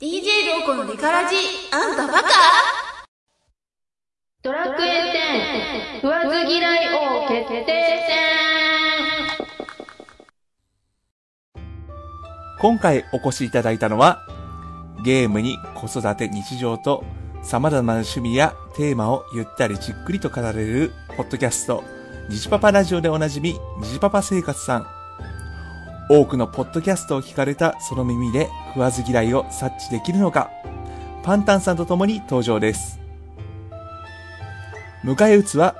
DJ ローコのデカラジあんたバカドラクエ10、食わず嫌い王決定戦今回お越しいただいたのは、ゲームに子育て日常と様々な趣味やテーマをゆったりじっくりと語れるポッドキャスト、ニジパパラジオでおなじみ、ニジパパ生活さん。多くのポッドキャストを聞かれたその耳で食わず嫌いを察知できるのか、パンタンさんと共に登場です。迎え撃つは、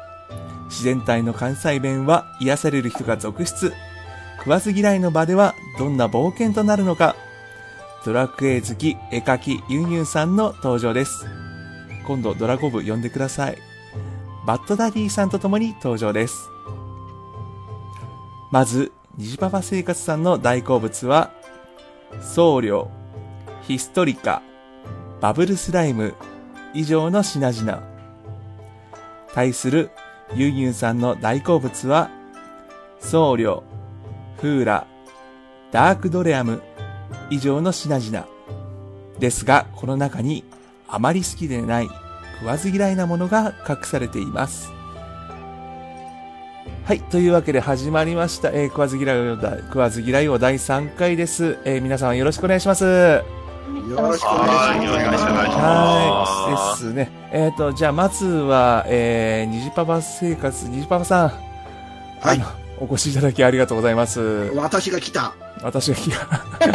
自然体の関西弁は癒される人が続出。食わず嫌いの場ではどんな冒険となるのか、ドラクエ好き、絵描き、ユンユンさんの登場です。今度ドラゴブ呼んでください。バッドダディさんと共に登場です。まず、ニジパパ生活さんの大好物は、僧侶、ヒストリカ、バブルスライム、以上の品々。対する、ユンユンさんの大好物は、僧侶、フーラ、ダークドレアム、以上の品々。ですが、この中にあまり好きでない食わず嫌いなものが隠されています。はい。というわけで始まりました。えー食わず嫌いをだ、食わず嫌いを第3回です。えー皆さんよろしくお願いします。よろしくお願いします。はいよろしくお願いしますはい。ですね。えっ、と、じゃあ、まずは、えー、にじパパ生活、にじパパさん。はいあの。お越しいただきありがとうございます。私が来た。私が気が。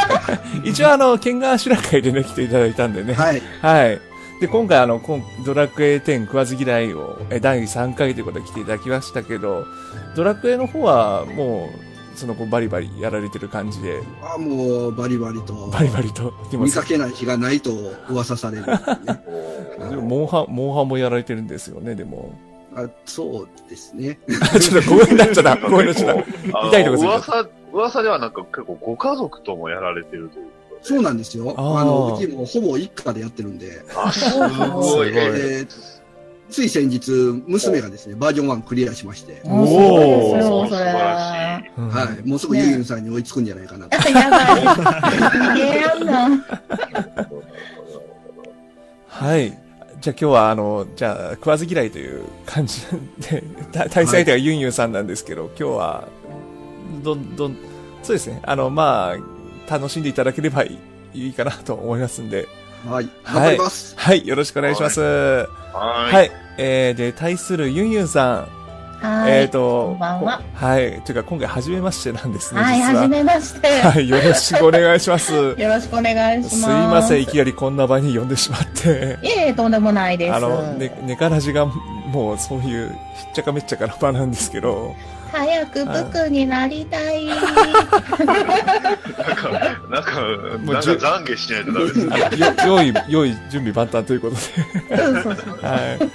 一応、あの、県岸白会でね、来ていただいたんでね。はい。はい。で、今回、あの、こんドラクエ10食わず嫌いを、え、第3回ということで来ていただきましたけど、ドラクエの方は、もう、その、こう、バリバリやられてる感じで、あもう、バリバリと。バリバリと来てま見すか。けない日がないと噂される、ねでも、モンハン、モンハンもやられてるんですよね、でも。 あ。そうですね。あちょっと、ごめんな っちゃった。ごめんなっちゃった。あの痛いとこする噂、噂ではなんか結構ご家族ともやられてるという。そうなんですよ。あーあの、うちもほぼ一家でやってるんで、あ、 すごい。すごいえーつい先日、娘がですね、バージョン1クリアしまして、おおー素それ晴らしい。うんはい。もうすぐユーユンさんに追いつくんじゃないかなと。やばい。えやんな。はい。じゃあ今日は、あの、じゃあ、食わず嫌いという感じで、 た対戦相手はユンユンさんなんですけど、今日は、どんどん、そうですね、あの、まあ、楽しんでいただければいいいいかなと思いますんで、はい。頑張ります。はい、よろしくお願いします。は。はいい。えー、で、対するユンユンさん、は えいー。と、こんばんははい、というか今回初めましてなんですね、はい、実はじは。めまして。はい、よろしくお願いします。すよろ しくお願いします。いません、い。きなりこんな場に呼んでしまって。いえ、とんでもないです。あの、ね、ネカラジがもうそういうひっちゃかめっちゃかな場なんですけど、早くブクになりたい。なんか、なんか、なんもかうじゅ懺悔しないとダメ です。あのよ良い、良い準備万端ということで、そうそうそう。はい。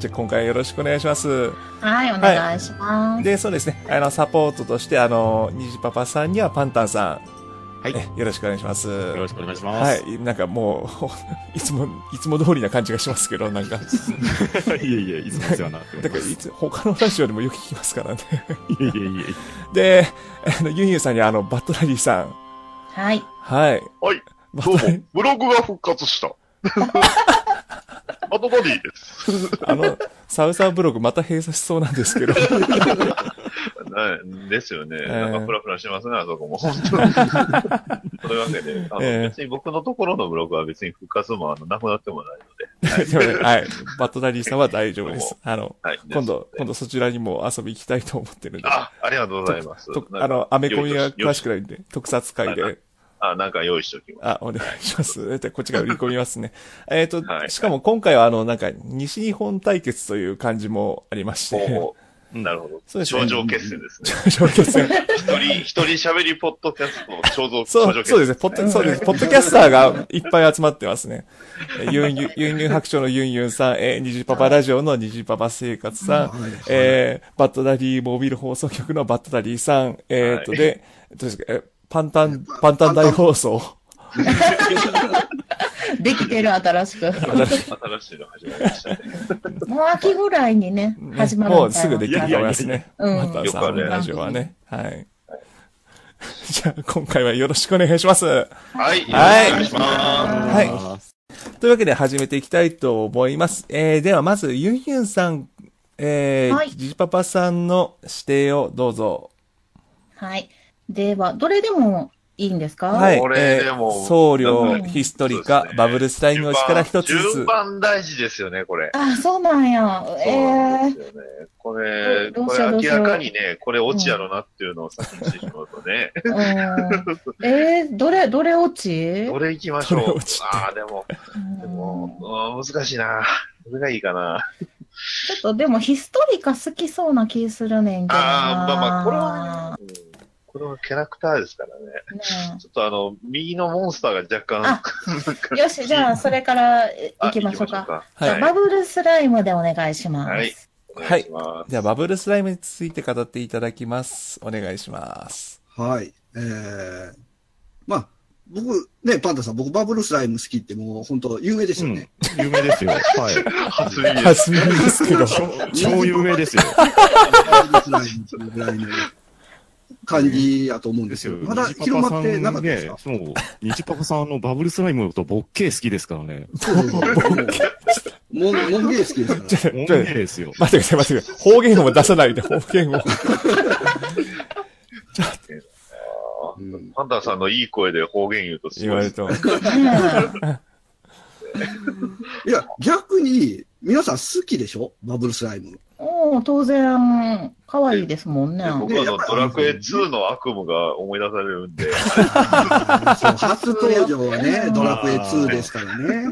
じゃあ今回よろしくお願いします。はい、お願いします。で、そうですね、あの、サポートとして、あの、ニジパパさんにはパンタンさん。はいえよろしくお願いします。よよろしくお願いしまはす。い。なんかもう、 いつも、いつも通りな感じがしますけど、なんか。い。いえいえ、いつもお世話になっておだかりまら、す。いつ、他のラジオでもよく聞きますからね。 いえいえいえ。で、あの、ユンユンさんにはあの、バッドラディさん。はい。はい。はい。バどうッドラディも、ブログが復活した。アドバディです。あの、サウサーブログまた閉鎖しそうなんですけ ど。なですよね。えなんかフラフラしてますね、あそこも。 本当に。というわけで、あの、ええ別に僕のところのブログは別に復活もあのなくなってもないので。はい。バットダリーさんは大丈夫です。あの、はい。今度、今度そちらにも遊び行きたいと思ってるんで。あ、ありがとうございます。となんかあの、アメコミが詳しくないんで、特撮会はで、あ、なんか用意しておきます。あ、お願いします。でこっちから売り込みますね。えっとは、いしかも今回はあの、なんか、西日本対決という感じもありましほうて、ほうなるほど。そうですね頂上決戦ですね。 頂上決戦一人、一人喋りポッドキャスト、頂上、頂上そう、決そうで戦。すね。ポッド、そうです。ポッドキャスターがいっぱい集まってますね。えユンユン、ユンユン白鳥のユンユンさん、えー、ニジパパラジオのニジパパ生活さはん、いえー、バットダディモービル放送局のバットダディさん、えーっと、はいで、どうですか、え、パンタン、パンタン大放送。できてる、新し く。新しいの始まりましたね。もう秋ぐらいにね、ね始まるみたいなもうすぐできると思いますね。いやいやいやバッタンさんのラジオはね。はい。じゃあ、今回はよろしくお願いします。ははい。よろしくおはい願いします。い。というわけで始めていきたいと思います。えー、ではまず、ユンユンさん、えー、はいジジパパさんの指定をどうぞ。はい。では、どれでもいいんですかはい。これでもえー僧な侶、んかヒストリカ、そうですねバブルスタイムのうちから一つず順つ。番大事ですよね、これ。あ、そうなんや。えそうなんえですよね。これ、どうこどうしようれどうし明ようらかにね、これ落ちやろなっていうのを先にしてしまうとね。うんえー、どれ、どれ落ちどれ行きましょどれう落ちて。ああ、でも、でうんも、うん難しいな。どれがいいかな。ちょっとでもヒストリカ好きそうな気するねんけどな。ああ、まあまあ、これはね、うんこれはキャラクターですからね。ねちょっとあの、右のモンスターが若干、あ なんかえよし、じゃあそれからえあ行きましょうか。行きはいましょうかバブルスライムでお願いします。はいブお願いしますじゃあ、バブルスライムについて語っていただきます。お願いします。はい。えー、まあ、僕、ね、パンダさん、僕バブルスライム好きってもう本当有名ですよね。うん有名ですよ。はい。初耳で初す。めですけど。 超超有名ですよ。バブルスライムっていうぐらいの感じやと思うんですよ。まだ虹パ広まパさっんてなかったですかねそう。虹パパさんあのバブルスライムのことボッケー好きですからね。そうそうそう。もん、もんげ好きですから。ちょボッちケょーですよ。待ってください、待ってください。方言を出さないで、方言を。うんパンダさんのいい声で方言言うとす言ごわいれでるす。と。いや、逆に、皆さん好きでしょバブルスライム。おお当然、可愛いですもんね。で僕はあの、ドラクエ2の悪夢が思い出されるんで、そう初登場はね、ドラクエ2ですからね。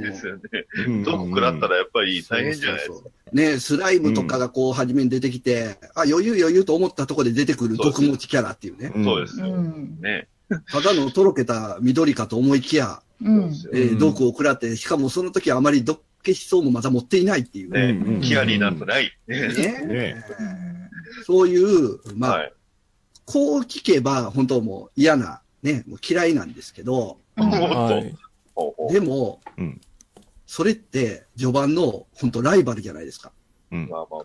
ですよね。うんどこ食らったらやっぱり大変じゃないですか。か。ねスライムとかがこう、初めに出てきて、あ、余裕余裕と思ったところで出てくる毒持ちキャラっていうね。んそうですうよん。ね。ただのとろけた緑かと思いきや、うそうでん。すよえねー毒を食らって、しかもその時はあまり毒消しそうもまだ持っていないっていうね。うんうんキアになってない。 ねねねそういう、まあ、はい。こう聞けば、本当もう嫌な、ね、もう嫌いなんですけど、もっはとい。ほうほでも、うんそれって、序盤の、本当ライバルじゃないですか。うんう。まあまあま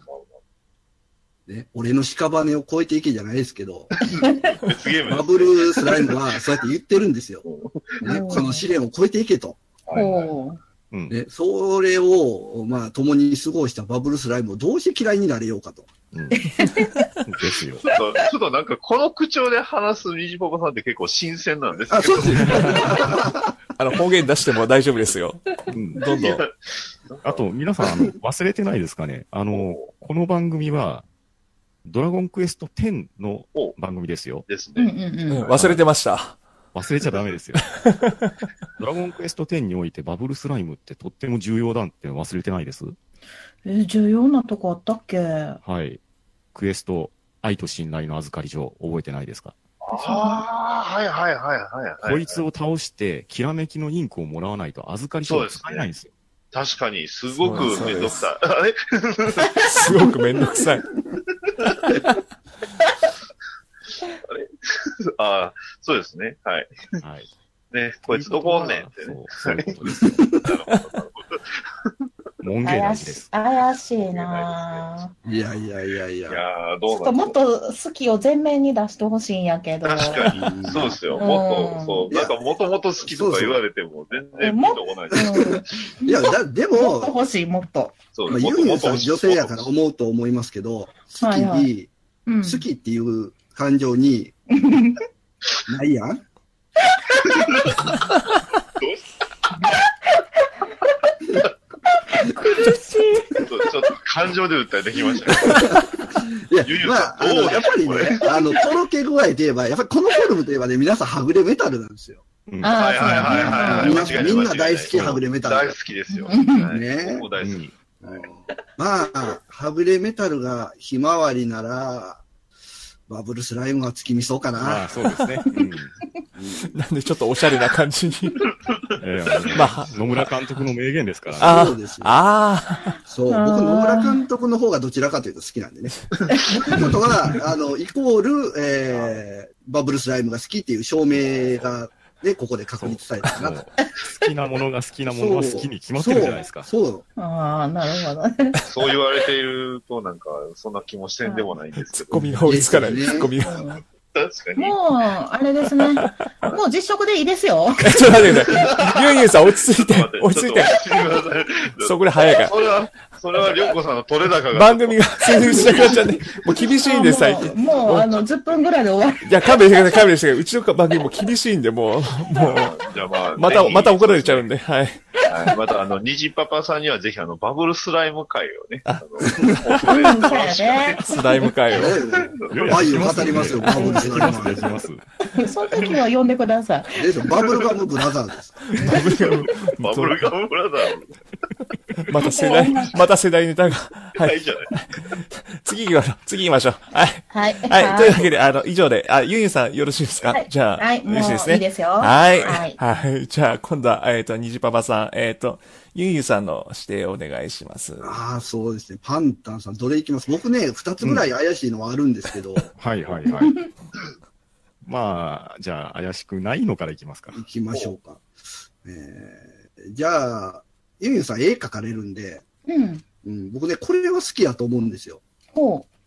ね、俺の屍を越えていけじゃないですけど、あまあ。別ゲームでバす。ブルスライムはそうやって言ってるんですよ。うね、んこの試練を越えていけと。はいはいほうんね、それを、まあ、共に過ごしたバブルスライムをどうして嫌いになれようかと。うんですよ。ちょっと、ちょっとなんか、この口調で話す虹パパさんって結構新鮮なんですけど。あ、そうですよ ね。あの、方言出しても大丈夫ですよ。うんどんどん。あと、皆さん、あの、忘れてないですかねあの、この番組は、ドラゴンクエスト10の番組ですよ。ですう。うんね。うんううんん。忘れてました。忘れちゃダ メですよ。ドラゴンクエスト10においてバブルスライムってとっても重要だって忘れてないです。え。重要なとこあったっけあはい。クエスト、愛と信頼の預かり状、覚えてないですか、ああ、はいはいはいはいはい。こいつを倒して、きらめきのインクをもらわないと預かりそ状うですね使えないんですよ。確かに、すごくそうめんでどくすさい。 あれすごくめんどくさい。ああ、そうですね。はい。はい。ね、 こいつどこおんねんってそね。う、 そういうことですよ。 門限な怪しでしす。怪しいなぁいやいやいやいいや。やー、ちどょっうとなもんっだろうと好きを前面に出してほしいんやけど。確かに、そうですよ。もっと、そうう、んなんかもともと好きとか言われても、全然見たことない。うんいや、だでもっとも、欲しい、もっと。そう、まあ、もユとンユもンとさん女性やからそう思うと思いますけど、好きはいに、はいうん好きっていう感情に、ないやん苦しい。ちょっと感情で訴えてきましたけど。いやユンユ、ンまさあ、んあの、どうやっぱりこれね、あの、とろけ具合で言えば、やっぱりこのフォルムといえばね、皆さんはぐれメタルなんですよ。うんあはいはいはいはい。皆間違さんいないみんな大好き間違いないはぐれメタ大ル好。きですよ。ねね僕も大好き。まあ、はぐれメタルがひまわりなら、バブルスライムは月見そうかあなあ、。そうですね。 うんなんでちょっとおしゃれな感じに。ええまあ野村監督の名言ですからね。あそうですよあそう、僕、あー野村監督の方がどちらかというと好 きなんでね。ということは、あの、イコール、えー、バブルスライムが好きっていう証明が、ね、ここで確立されたかもうなと。好きなものが好きなものは好きに決まってるじゃないですか。そう。そうああ、なるほど。そう言われていると、なんか、そんな気もせんでもないんですツけッコど。ミが追いつかない。でツすねッコミが。うん確かに。もう、あれですね。もう実食でいいですよ。えちょっと待ってください。ユンユンさん、落ち着いてちょっと、落ち着いて。ちょっと落ち着いてくださそこで早いい。かそれは、それは、りょうこさんの取れ高ら。が。番組が成立しなくなっちゃうね。もう厳しいんです、最もう、近。もうあの、10分ぐらいで終わいや、勘弁してください、勘弁してください。うちの番組も厳しいんで、 もう、もう、じゃあまあ、まぜた、ひまた怒られちゃうんで、はい。はいまた、あの、虹パパさんにはぜひ、あの、バブルスライム会をね。あのる。うん、そうやね。スライム会を。愛を語りますよ、バブルスライム いやしますよその時は呼んでください。でしょバブルガムブラザーです。バブ ルバブルガムブラザーまた世代、また世代ネタが。ははい、いいい。じゃない。次行きましょう。次行きましょう。はい。はい。はい。というわけで、あの、以上で、あ、ゆうゆうさんよろしいですか、はいじゃあ、はいよろしいですね。もういいですよはい。はいはい。じゃあ、今度は、えっ、と、にじパパさん、えっ、と、ゆうゆうさんの指定をお願いします。ああ、そうですね。パンタンさん、どれいきます僕ね、二つぐらい怪しいのはあるんですけど、はいはい はい。まあ、じゃあ、怪しくないのからいきますか。行きましょうか。えー、じゃあ、ユンユンさん、絵描かれるんで、うん。うん、僕ね、これは好きだと思うんですよ。ほう。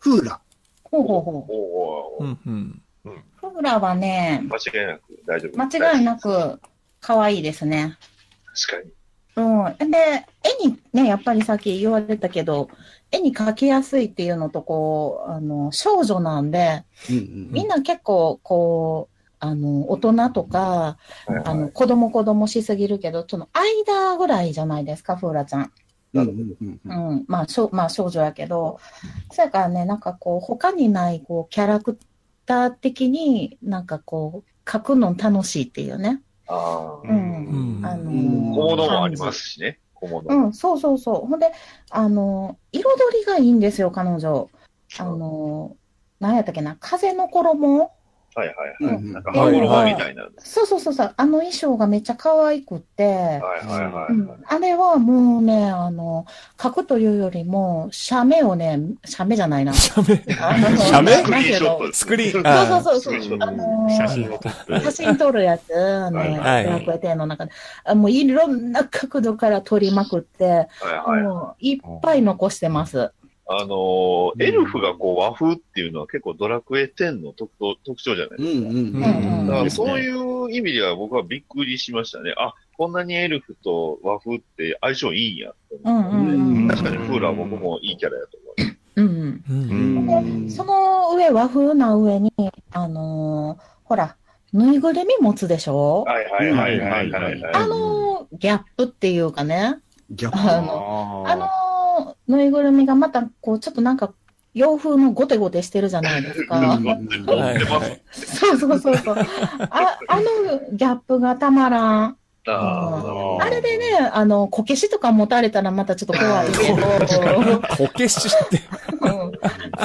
フーラ。ほうほうほおうおん、うん。う。フーラはねー、間違いなく大丈夫。間違いなく可愛いですね。確かに。うん。で、絵にね、やっぱりさっき言われたけど、絵に描きやすいっていうのと、こう、あの、少女なんで、うんうん。みんな結構、こう、あの、大人とか、はいはいあの、子供子供しすぎるけど、その間ぐらいじゃないですか、フーラちゃん。うんうんうんうんうん。まあ、しょまあ、少女やけど。そやからね、なんかこう、他にない、こう、キャラクター的になんかこう、書くの楽しいっていうね。ああ。うんうんあのうん小物もありますしね。小物。うん、そうそうそう。ほんで、あの、彩りがいいんですよ、彼女。あの、何やったっけな、風の衣はいはいうんはうい。んなんか、羽衣みたいな。はそうそうそうそう、あの衣装がめっちゃ可愛くってい、はいはういんはい。あれはもうね、あの、書くというよりも、写メをね、写メじゃないな。シャメ、あ の写メなスクリーンショットです。スクリーそン、うあそうスそクうそリーンシうョッ。トあの写真を撮って。写真撮るやつ、あの、はいはいドラクエ10の中で、あもういろんな角度から撮りまくって、はいはい。もういっぱい残してます。あのー、エルフがこう和風っていうのは結構ドラクエ10の特徴特徴じゃないうんうんんうん。だかうらそういう意味では僕はびっくりしましたね。あ、こんなにエルフと和風って相性いいんやってう思んっうたんで。んうん。確かにフーラー僕もいいキャラやと思うう。んう。うんん。うんその上、和風な上に、あのーほら、ぬいぐるみ持つでしょはいはいはいはいはいはい。あのーギャップっていうかね、ギャあッのああののーぬいぐるみがまた、こう、ちょっとなんか、洋風のゴテゴテしてるじゃないですプ。かう。んうん持うんってますね。そうそうそうそう。あ、あのギャップがたまらん。ああれでね、あの、こけしとか持たれたらまたちょっと怖いけど。こけしって、うんそう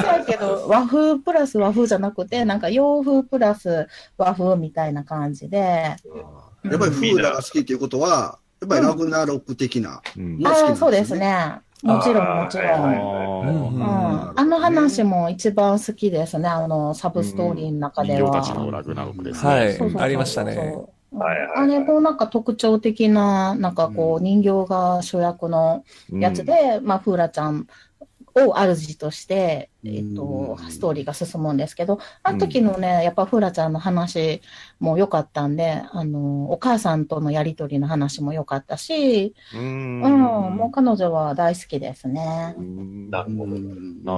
やけど、和風プラス和風じゃなくて、なんか洋風プラス和風みたいな感じで。やっぱりフーラが好きっていうことは、やっぱりラグナロック的な。うん好きなんですねああ、そうですね。もちろん、もちろあーはいはいん。ううんん、なるほどねあの話も一番好きですね、あのサブストーリーの中で人形は。たちのラグナロクですはね。いありましたね。うんはいはいはいあれもなんか特徴的な、なんかこう、人形が主役のやつで、まあ、フーラちゃんを主として、えっと、うんストーリーが進むんですけど、あの時のね、やっぱフーラちゃんの話も良かったんで、あの、お母さんとのやりとりの話も良かったし、う。うんん、うんもう彼女は大好きですね。うんななるほど。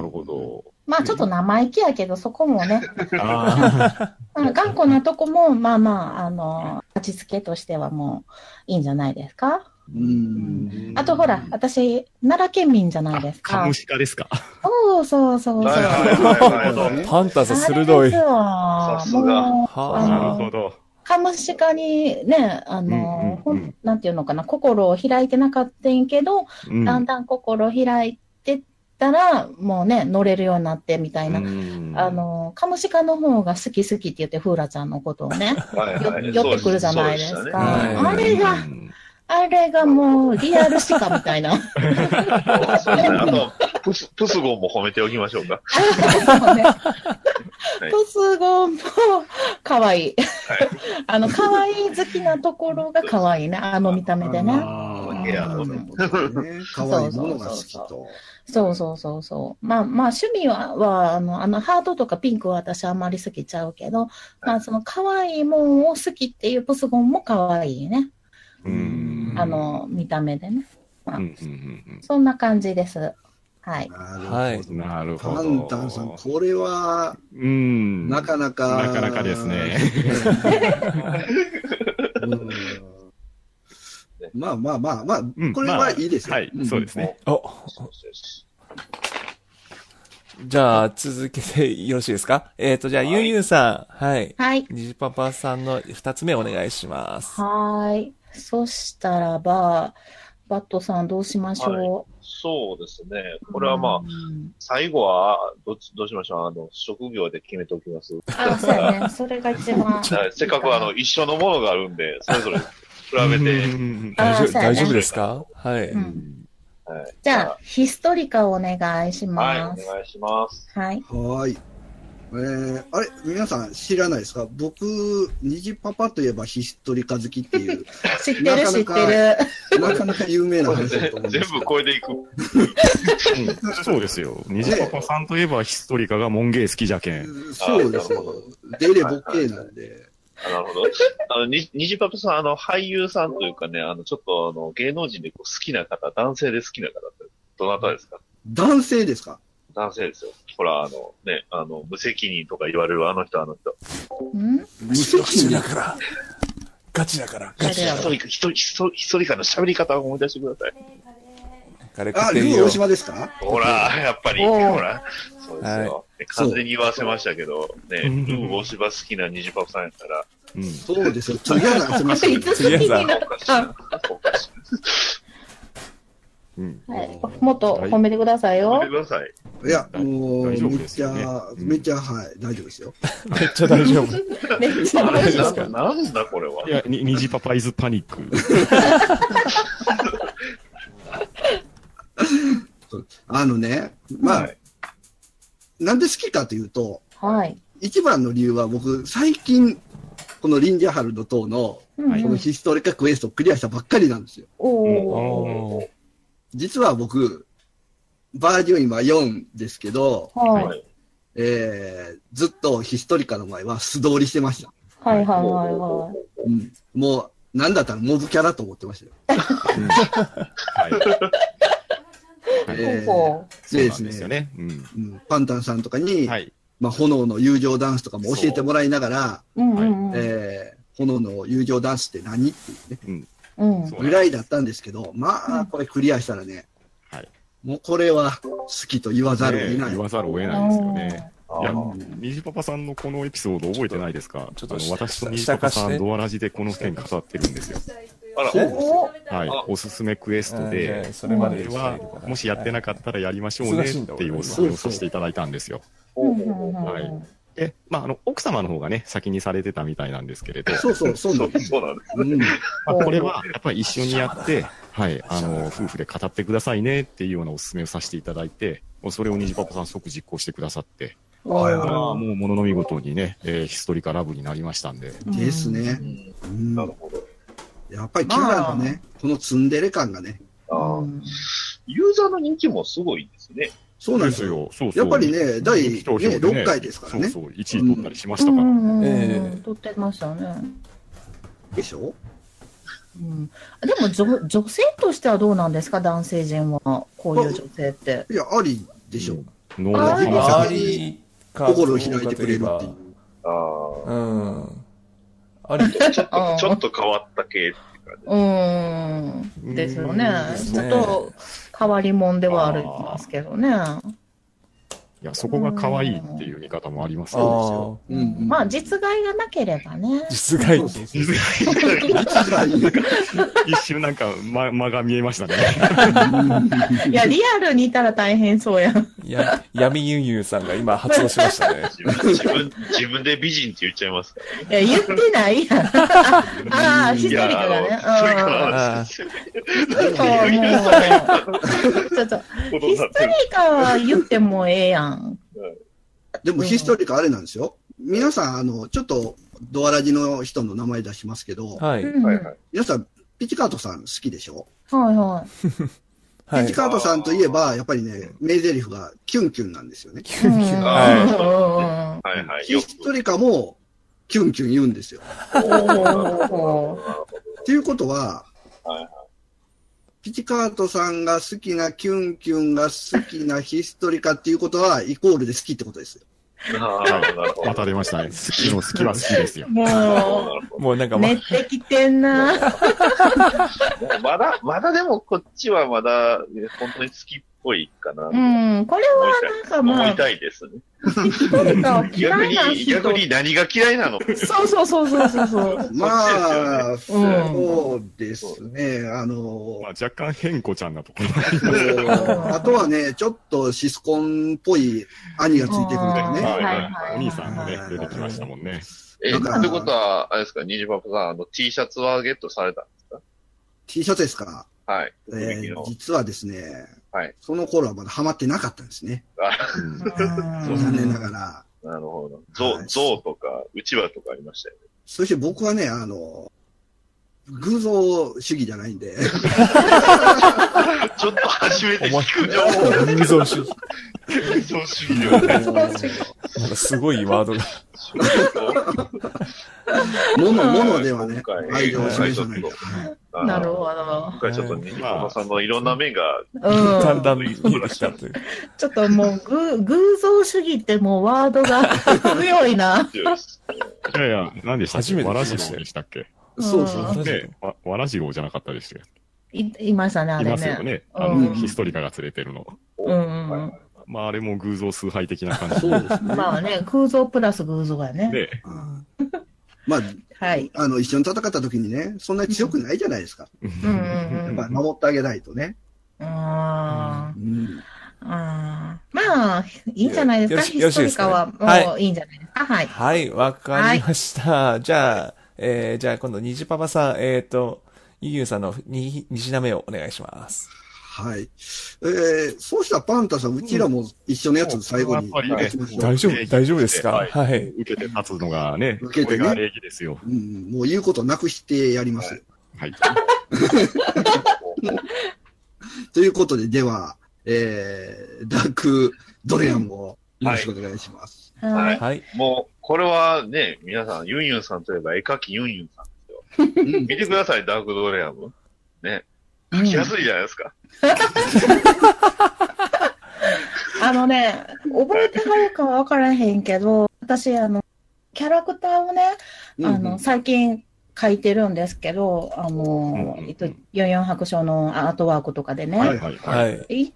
るほど。まあちょっと生意気やけど、そこもね、あまあ頑固なとこも、まあまあ、あの、立ち付けとしてはもういいんじゃないですか。うん。あとほら、私、奈良県民じゃないですカかム。シカですか。そうそうそうそう。はいはいはいはいはい。パンタさんあ鋭れい。ですはわさすがもう、あ。あなるほど。カムシカにね、あの、うんほうんうんんなんていうのかな、心を開いてなかったんけど、うんだんだん心を開いてったら、もうね、乗れるようになってみたいな。うんあの、カムシカの方が好き好きって言って、フーラちゃんのことをね。はいはい。寄ってくるじゃないですかそうでしたねはいあれがうんあれがもうリアルシカみたいな。そうですね。あと、プス、プスゴンも褒めておきましょうか。そうねトスゴも可愛 い。あの可愛い好きなところが可愛いね。あの見た目でね。あ部屋のね。かわいいものが好きと。そうそうそうそう。まあまあ趣味は、はあの、あの、ハートとかピンクは私あんまり好きちゃうけど、まあその可愛いもんを好きっていうプスゴンも可愛いね。うん。あ、の、見た目でね。うんうんうんそんな感じです。はい。なるうほど。パん。なるほンタンさん、ど。これは、うん。なかなか。なかなかですね。うんまあまあまあまあう、んこれはいいですよ。はい、そうですね。お、じゃあ、続けてよろしいですかえっ、と、じゃあ、はいゆうゆうさん。はい。はい。ニジパパさんの二つ目お願いします。はーい。そしたらば、バットさんどうしましょう、そうですね。これはまあ、うん最後は、どっち、どうしましょうあの、職業で決めておきます。あ、そうや ね。それが一番。はいせっかくあの、一緒のものがあるんで、それぞれ比べて、うんあー大丈夫、そうやね大丈夫ですかはい、ううんんはい。じゃあ、ヒストリカをお願いしはい、おます。願いします。はい。はーい。えー、あれ、皆さん知らないですか僕、虹パパといえばヒストリカ好きって いう、知ってる、知ってる。なかなか有名なこれ話だぜと思うん全ですけ部ど。超えていく。うんそうですよ。虹パパさんといえばヒストリカが門芸好きじゃけん。そうですよ。出れぼっけなんで。あなるほど。あの、に、にじぱぱさん、あの、俳優さんというかね、あの、ちょっと、あの、芸能人でこう好きな方、男性で好きな方って、どなたですか男性ですか男性ですよ。ほら、あの、ね、あの、無責任とか言われるあの人、あの人。うん無責ガチだ任。から。ガチだから。誰やひそろりか、ひそり、ひそりひそりかの喋り方を思い出してください。カレー食あ、ってルるーよ大。島ですかほら、やっぱり、おうほら、そうですよ。ね完全に言わせましたけど、ね、ルうんー大芝好きなにじぱぱさんやったら、うんそうですよ。ちょ、嫌な話しますよいつ 好きになっおかしいな。おかしい。うん。はいもっと褒めてくださいごよめん。なさい。いや、もう、大丈夫めっですちよねゃ、うん。めっちゃ、はい、大丈夫ですよ。めっちゃ大丈夫。めっちゃあ嬉しいれ、なんだ、なんだこれはいや、に虹パパイズパニック。あのね、まあ、はいなんで好きかというと、はい。一番の理由は僕、最近、このリンジャハルド等の、うんはういこのんヒストリカクエストをクリアしたばっかりなんですよ。おー。おー実は僕、バージョン今4ですけど、はい。はいえー、ずっとヒストリカの前は素通りしてました。はいはいはいはい。うん。もう、なんだったらモブキャラと思ってましたよ。うんはい。えーほそうでなですんねですよね。うん。うん、パンタンさんとかに、はい。まあ、炎の友情ダンスとかも教えてもらいながら、う。うんうんうん。えー、炎の友情ダンスって何っていうね、うん。そうぐらいだったんですけど、まあ、これクリアしたらね、はいもうこれは好きと言わざるを得ねない。言わざるを得ないですよね。あいやー、虹パパさんのこのエピソード覚えてないですかちょっとあの下私と虹下パ下貸パしさてん、ドアラジでこの件語ってるんですよ。あら、そうおはいあ。おすすめクエストあじゃであ、それまでにしこれてあげるかはら、もしやってなかったらやりましょうねっていうおすすめをさせていただいたんですよ。うんうんうんうんはいで、まあ、あの、奥様の方がね、先にされてたみたいなんですけれど、そうそう、そうなんです。そうなんです。うん、まあ、これはやっぱり一緒にやって、はい、あの、夫婦で語ってくださいねっていうようなおすすめをさせていただいて、それを虹パパさん即実行してくださって、はいこれははもうものの見事にね、えーヒストリカラブになりましたんで、い。ですね、うんなるほど。やっぱりキャラのね、このツンデレ感がね、あうーん。ユーザーの人気もすごいですね。そうなんですよ。。そうそやう。っぱりね、第、ね、投票でね6回ですからね。そうそう、1位取ったりしましたうかんら。うんうんええ撮ってましたね。でしょうん、でも女、女性としてはどうなんですか、男性陣は、こういう女性って。いや、ありでしょ。ノあーーあー周りか心を開いてくれるっていう。あーうん。あり、ちょっあーと、ちょっと変わった系。うーん、ですよねうんですねちょっと変わりもんではありますけどね。いや、そこが可愛いっていう見方もありますあよ。ーうんうんまあ、実害がなければね。実害そうそう実実害一瞬なんか、ま、間が見えました ね。いや、リアルにいたら大変そうやん。や、闇ゆうゆうさんが今発音しましたね。自分、 自分、自分で美人って言っちゃいますから。いや、言ってないやん。ああー、ヒストリカがいねやあのそれからあうん。そう、もう。ちょっと、お父ヒさんストリカは言ってもええやん。でもヒストリカあれなんですよ。皆さん、あの、ちょっと、ドアラジの人の名前出しますけど、はい。うんはいはい。皆さん、ピチカートさん好きでしょ、はいはい。はいピチ。カートさんといえば、やっぱりね、名台詞がキュンキュンなんですよね。うんうんうんは はいはい。ヒよストリカもキュンキュン言うんですよ。く。おーっていうことははいは、ピチカートさんが好きなキュンキュンが好きなヒストリカっていうことは、イコールで好きってことですよ。あーなるほど。また出ましたね。好きの好きは好きですよ。もなるほもうなんかう、ま寝てきてんな。どでもまだ、まだでもこっちはまだ、ね本当に好きっぽいかな。うん、これはなんか思まいあ、たいですね。人々は逆嫌いなに、逆人。に何が嫌いなのそうそうそうそうそうそう。まあ、よねそうですね。あのまあ、、若干変子ちゃんなところ。あとはね、ちょっとシスコンっぽい兄がついてくるんだよあね。はいはいお兄さんがねは、い出てきましたもんね。え、なとんかいうことは、あれですか、ニジパパさん、あの、T シャツはゲットされたんで T シャツですか。すかはい。え梅木ーの実はですね、はいその頃はまだハマってなかったんですね。うんうん残念ながら。なるほど。ゾはウ、いゾウとか、うちわとかありましたよね。そして僕はね、あの、偶像主義じゃないんで、ちょっと初めて聞く情偶像主義。報そうしようなねんかすごいワードが。もの、ものではね今回、愛情を示さないと。はいなるほ今回ちょっとニジパパさんのいろんな面が、ど。うだんん。だん見えてきたという。ちょっともう、ぐ、偶像主義ってもうワードが 強いな。強いですいやいや、何でしたっ初けめてわら聞きましたじよろうでしたっけそうそうう。んねわわらじろうじゃなかったでしたよ。い、いましたね、あいれますよね。ね。あうの、んヒストリカが連れてるの。うんうんうん。まあ、あれも偶像崇拝的な感じそうですね。まあね、偶像プラス偶像やね。で、うんまあ、はい。あの、一緒に戦った時にね、そんなに強くないじゃないですか。うんうんうやっん。ぱ守ってあげないとね。あーうんあー。まあ、いいんじゃないですか。よろヒしストリカはよろしいですかねもういいんじゃないですか。はい。はい、わかりました。じゃあ、えー、じゃあ今度、にじパパさん、えっ、ー、と、ゆぎゅうさんのに、に品目をお願いします。はい。えー、そうしたらパンタさん、うちらも一緒のやつ最後にうんやっぱりねいきましょう大丈夫、大丈夫ですかはいはい。受けて立つのがね、受けこてねれが礼儀ですよ。うん、もう言うことなくしてやります。はい。ということで、では、えー、ダークドレアンをよろしくお願いします。はいはい。もう、これはね、皆さん、ユンユンさんといえば絵描きユンユンさんですよ。うん見てください、ダークドレアム。ね。うん描きやすいじゃないですか。あのね、覚えてはるかは分からへんけど、私、あの、キャラクターをね、うんあの、最近書いてるんですけど、あのうんうん、えっと、44白書のアートワークとかでね、はいはいははい。い。一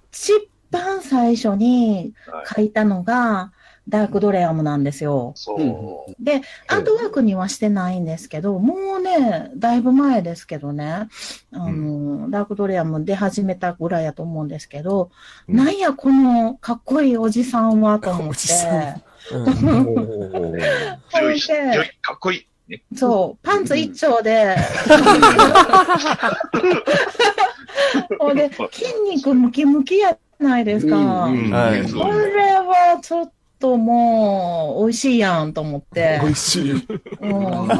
番最初に書いたのが、ダークドレアムなんですよ。そう。うで、アートワークにはしてないんですけど、もうね、だいぶ前ですけどね、あの、ダークドレアム出始めたぐらいやと思うんですけど、うんなんや、このかっこいいおじさんはと思おっじさんて、うん。強いし、それで強い、かっこいい。ね、そう、パンツ一丁で、ほんで、筋肉ムキムキやないですか。うんうんはいそこうですねれはちょっともう、美味しいやんと思って美。味しい。うん、もう、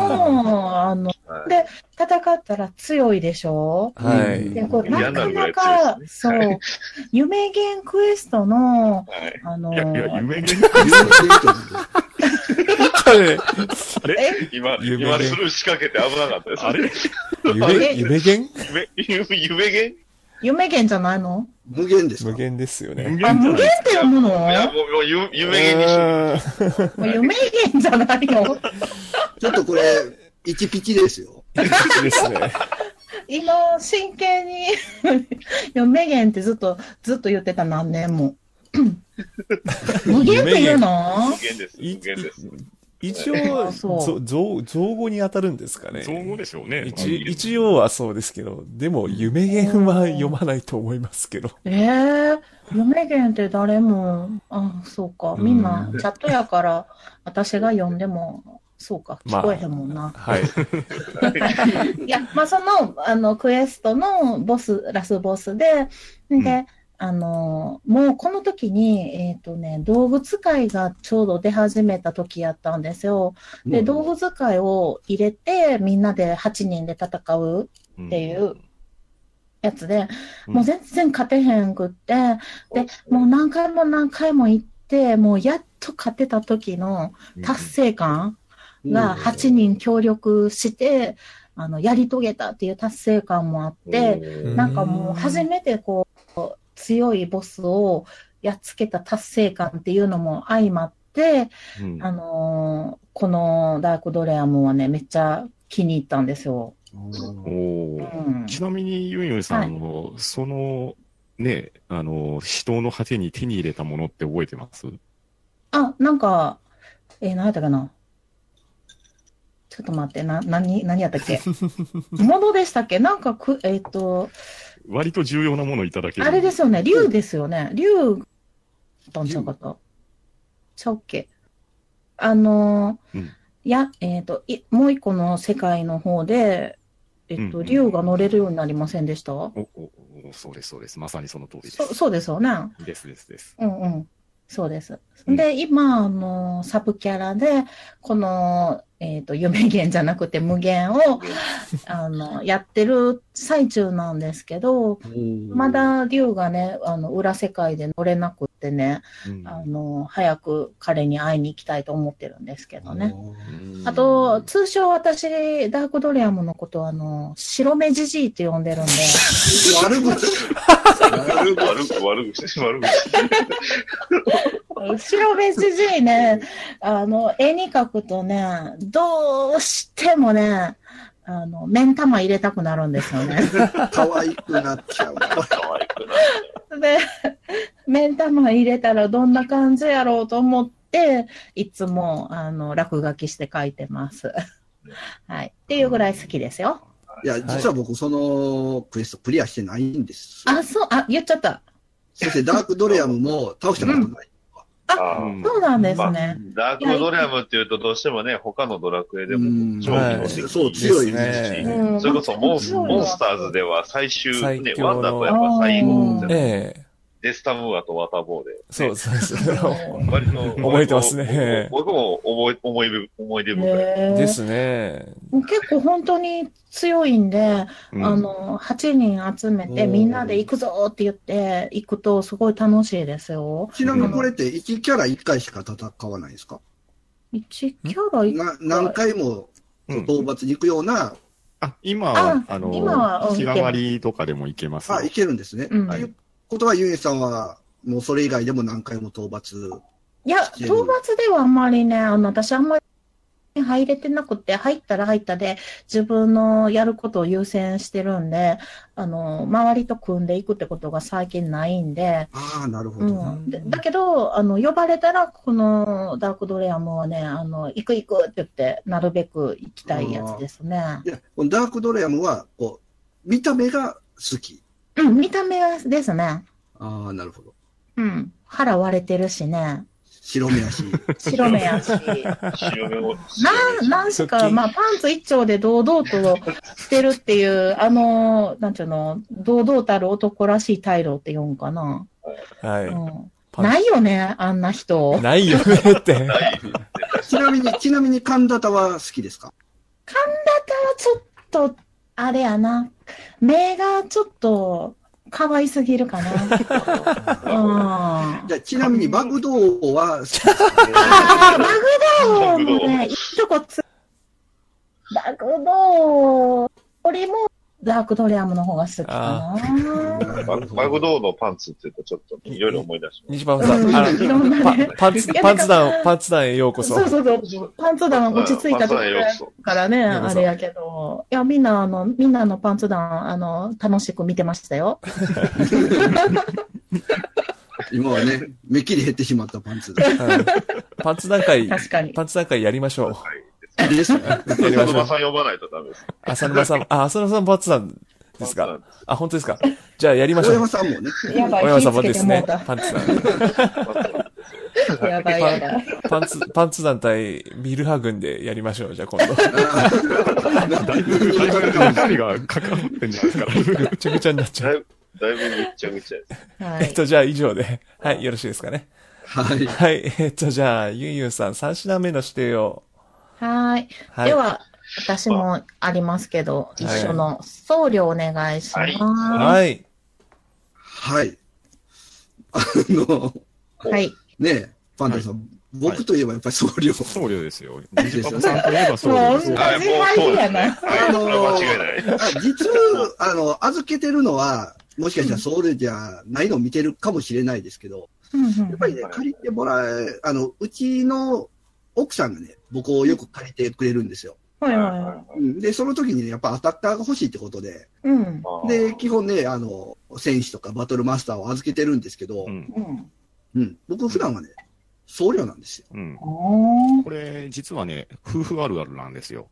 あの、はいで、戦ったら強いでしょはい。で、これな嫌なかぐらない強いかで、すそねはう、夢ゲンクエストの、はい。あのい、や、いや、夢見え、今、夢今スルー仕掛けて危なかったです。あれ夢、夢限夢、夢、夢ゲン夢ゲンじゃないの無限ですか無限ですよね。無あ、限じゃ無な限って読むいのいや、もう、もう、ゆ夢ゲンにしよもう夢ゲンじゃないのちょっとこれ、一ピチですよ。うんです ね。今、真剣に 夢限ってずっと、ずっと言ってた何年も。 無限って言うのう。夢ゲンです。い夢ゲンです。一あ応、そうぞ造造語に当たるんですかね。造語でしょうね。一一応はそうですけど、でも、夢言は読まないと思いますけど。えー、夢限って誰も、あ、そうか、みんなチャットやから、私が読んでも、そうか、ま聞あこえへんもんな。はい。いや、まあ、その、あの、クエストのボス、ラスボスで、で、んあの、もうこの時に、えっ、とね、動物会がちょうど出始めた時やったんですよ。で、動物会を入れて、みんなで8人で戦うっていうやつで、うんもう全然勝てへんくって、で、もう何回も何回も行って、もうやっと勝てた時の達成感が8人協力して、あの、やり遂げたっていう達成感もあって、なんかもう初めてこう強いボスをやっつけた達成感っていうのも相まって、うんあのーこのダークドレアムはね、めっちゃ気に入ったんですよ。おうーん、ちなみに、ユンヨンさん、あのその、ね、あの、死闘の果てに手に入れたものって覚えてますあ、なんか、えー、何やったかなちょっと待って、な、何、何やったっ け物でしたっけなんかく、えっ、と、割と重要なものをいただける。あれですよね、竜ですよね。竜だったんちゃうかと。ちゃうっけ。あのーうんいや、えっ、とい、もう一個の世界の方で、えっ、うんうと、ん竜が乗れるようになりませんでした、おおおそうです、そうです。まさにその通りです。そそうですよね。です、です、です。うんうん。そうです。うんで、今、あのーサブキャラで、この、えっ、と、夢限じゃなくて無限を、あの、やってる最中なんですけど、まだ竜がね、あの、裏世界で乗れなくってね、うんあの、早く彼に会いに行きたいと思ってるんですけどね。うんあと、通称私、ダークドレアムのことは、あの、白目じじいって呼んでるんで、悪口。悪く悪く悪くして、悪くして。白目じじいね、あの、絵に描くとね、どうしてもね、あの、目ん玉入れたくなるんですよね。可愛くなっちゃう。可愛く なで、目ん玉入れたらどんな感じやろうと思って、いつも、あの、落書きして描いてます。 はい。っていうぐらい好きですよ。いや、実は僕、そのクエストクリアしてないんです。あ、そう、あ、言っちゃった。そして、ダークドレアムも倒したことない。あーそうなんですまあね。ダークドレアムっていうとどうしてもね、他のドラクエでもうん超強敵そう、強いですねしうんそれこそモンスうんモンスターズでは最終、最ね、強ワのンダとやっぱ最後うんじゃん、ええデスタムーアとワタボーで、そうそう そう。割と、 覚えてますね僕も思い、思い出、思い出深い。へでーすね。結構本当に強いんで、うんあの、8人集めてうんみんなで行くぞって言って行くとすごい楽しいですよ。ちなみにこれって1キャラ1回しか戦わないんですか1キャラ1な何回もうん討伐に行くような、あ、今は、ああの、今はうん日替わりとかでもいけますよ。あ、 いけるんですね。うんということは、ユンエさんは、もうそれ以外でも何回も討伐。いや、討伐ではあんまりね、あの、私あんまり入れてなくて、入ったら入ったで、自分のやることを優先してるんで、あの、周りと組んでいくってことが最近ないんで、ああ、なるほど。うんでだけど、あの、呼ばれたら、このダークドレアムはね、あの、行く行くって言って、なるべく行きたいやつですね。いや、このダークドレアムは、こう、見た目が好き。うん、見た目はですね。ああ、なるほど。うん。腹割れてるし ね。白目 足。白目やし。白目をなん、なんしか、まあ、パンツ一丁で堂々としてるっていう、あの、なんちゅうの、堂々たる男らしい態度って言うんかな。はうい。ん。パンないよね、あんな人。ないよねって。ちなみに、ちなみに、神田田は好きですかちょっと、あれやな。目がちょっと、可愛すぎるか な。うん。じゃあちなみに、バグドーは好きですか、ああ、バグドーもね、いいとこつ、バグドー、これも、ダークドレアムの方が好きかな。ねママグドーのパンツって言うとちょっといろいろ思い出し西パパさん、あいろんなねの、パパンツ、パンツ団、パンツ団へようこそ。そうそうそう。パンツ団落ち着いたとこパンツ団ろよだくそうからね、ようこあそれやけど。いや、みんな、あの、みんなのパンツ団、あの、楽しく見てましたよ。今はね、目切り減ってしまったパンツだ。うんパンツ団会、確かに。パンツ団会やりましょう。ですね。やりた。まそしのょまう。さん呼ばないとダメです。浅沼さん、あ、浅沼さんパンツ団ですパかンあ、本当ですかじゃあやりまし小ょう山。さんもね。やば小い、山火さんつもけでてすもねうた。。パンツ団。やばいやばい。パンツ、パンツ団対ミルハ軍でやりましょう。じゃあ今度。 だいぶ、だいぶ、二人が関わってんじゃないですか。ぐちゃぐちゃになっちゃだう。いぶだいぶぐっちゃぐちゃです。はえっい。と、じゃあ以上で。はい、よろしいですかね。はい。はい、えっと、じゃあ、ゆんゆんさん、3品目の指定を。はい。はい。では、私もありますけど、一緒の送料お願いします。ははい。はい。あの、い。ねえ、パンダさん、僕といえばやっぱり僧侶。僧侶ですよ。ニジパパさんといえば僧侶もでうす同じよ。はいもう範そう囲ですやねな。はい、それは間違いない。あ実は、あの、預けてるのは、もしかしたら僧侶じゃないのを見てるかもしれないですけど、うんうんやっぱりね、借りてもらえ、あの、うちの奥さんがね、僕をよく借りてくれるんですよ。はいはうんで、その時にね、やっぱアタッカーが欲しいってことで、い。うん。で、基本ね、あの、選手とかバトルマスターを預けてるんですけど、ううん、ん。うん。僕普段はね、僧侶なんですよ。うん。おーこれ、実はね、夫婦あるあるなんですよ。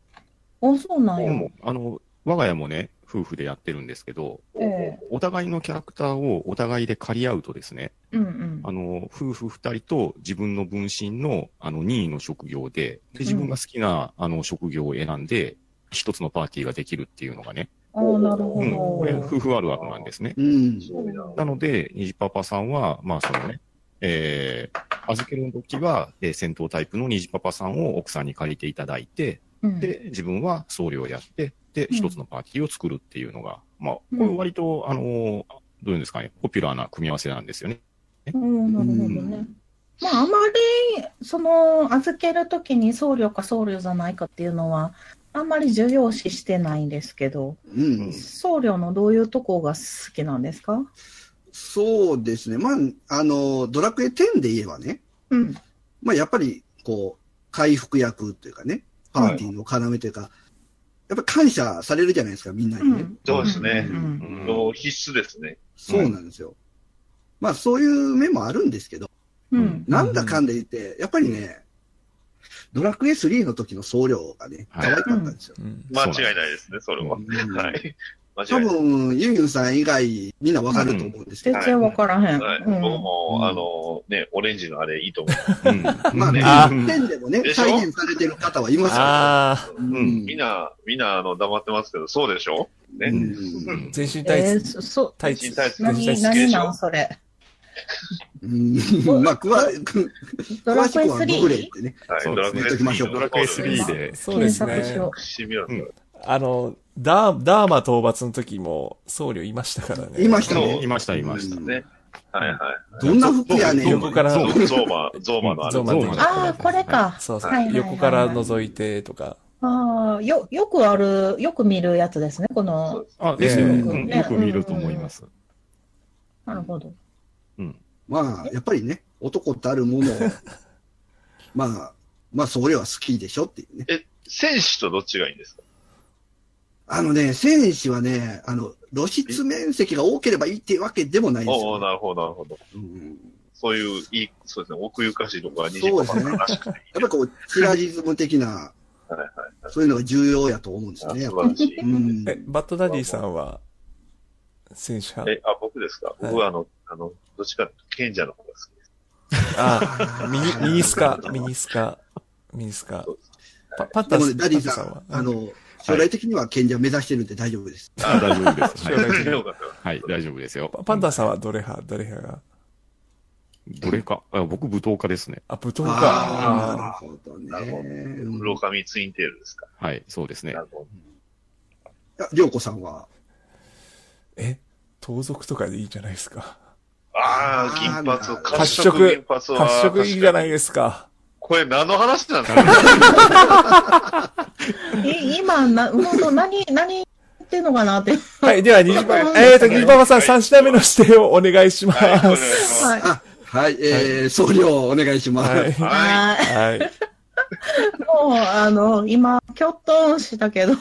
お、そうなんや。もうあの、我が家もね、夫婦でやってるんですけど、えお互いのキャラクターをお互いで借り合うとですね、えうんうん。あの、夫婦二人と自分の分身の、あの、任意の職業で、で、自分が好きな、あの、職業を選んで、一つのパーティーができるっていうのがね、あーなるうん、ほこれ、ど。夫婦あるあるなんですね。うん。なので、虹パパさんは、まあ、そのね、えー、預ける時は、えー戦闘タイプの虹パパさんを奥さんに借りていただいて、うんで、自分は僧侶をやって、で、うん一つのパーティーを作るっていうのが、まあ、こうんれ割と、あのーどういうんですかね、ポピュラーな組み合わせなんですよね。うん、なるほどね。まあ、あまり、その、預けるときに僧侶か僧侶じゃないかっていうのは、あんまり重要視してないんですけど、うん。僧侶のどういうとこが好きなんですかそうですね。まあ、あの、ドラクエ10で言えばね、うん。まあ、やっぱり、こう、回復役というかね、パーティーの要というか、やっぱ感謝されるじゃないですか、みんなうにね。ん。そうですねう。ん。うんもう必須ですね。そうなんですよ。まあ、そういう面もあるんですけど、うん。なんだかんだ言って、やっぱりね、ドラクエ3の時の僧侶がね、可愛かったんですよ。うん間違いないですね、それは。うんはい。間多違いない。分、ユンユンさん以外、みんなわかると思うんですけど全、然わからへん。はい、う僕ん。も、うんあの、ね、オレンジのあれいいと思 う。うん。まあね、あ10でもね、でしょ再現されてる方はいますかあら。うんうんみんな、みんな、あの、黙ってますけど、そうでしょね。うんうんー、全身タイえー、ツ、そ、そタイツ、全身タイツ全身タイ何、ツ好きで何しょなんそれ。うんまあ、詳詳ドラ詳しクエくはグレ 3? ーってね。はい、そうドラですク言エねっときましょ3うの。ドラクエ3で、そうです検索しねよ。シビアなうんあの、ダー、ダーマ討伐の時も僧侶いましたからね。いましたそねう。いました、いました。ね。はいはい。どんな服やねん。横から、そゾうーゾーマ、ゾーマのあれゾーマゾーマああ、これか。そうそう、はいはいはいはい横から覗いてとか。ああ、よ、よくある、よく見るやつですね、この。あ、ですよね。ねうんねよく見ると思います。なるほど。まあ、やっぱりね、男たるものを、 まあ、まあ、それは好きでしょっていうね。え、戦士とどっちがいいんですかあのね、戦士はね、あの、露出面積が多ければいいってわけでもないんですおおよ。なるほど、なるほど。うんそういう、いい、そうですね、奥ゆかしいとこはそう25ですね番らしくていやっぱりこう、チラリズム的な、い。はいはい。そういうのが重要やと思うんですあよね、やっ素ぱ晴らしいり。。うんえ、バッドダディさんは、戦車え、あ、僕ですか僕はあの、あの、どっちか、賢者の方が好きです。あ、ミニ、ミニスカ、ミニスカ、ミニスカ。パパンでタもスね、ダディパさンタん、あの、将来的には賢者目指してるんで大丈夫です。あ大丈夫です。将は来い的によかった。 はい、大丈夫ですよパ。パンダさんはどれ派どれ派がどれか。あ僕、舞踏家ですね。あ、武闘ああ、か。あなるほどなるほどね。黒髪ツインテールですか。はい、そうですねな。るほどりょうこさんは、ーえ、盗賊とかでいいじゃないですか。ああ、銀髪あを、ー褐褐色色銀髪は。。褐色いいじゃないいですか。これ何の話なんですかえ、今、な、もう、何、何言ってんのかなって。はい、では、ニジパはいパ、えーと、ニジパパさん、三品目の指定をお願いしまはい、お願いす。します。はい。あ、はい、えー、送料お願いします。はい。ははい。はい。もう、あの、今、きょっとんしたけど、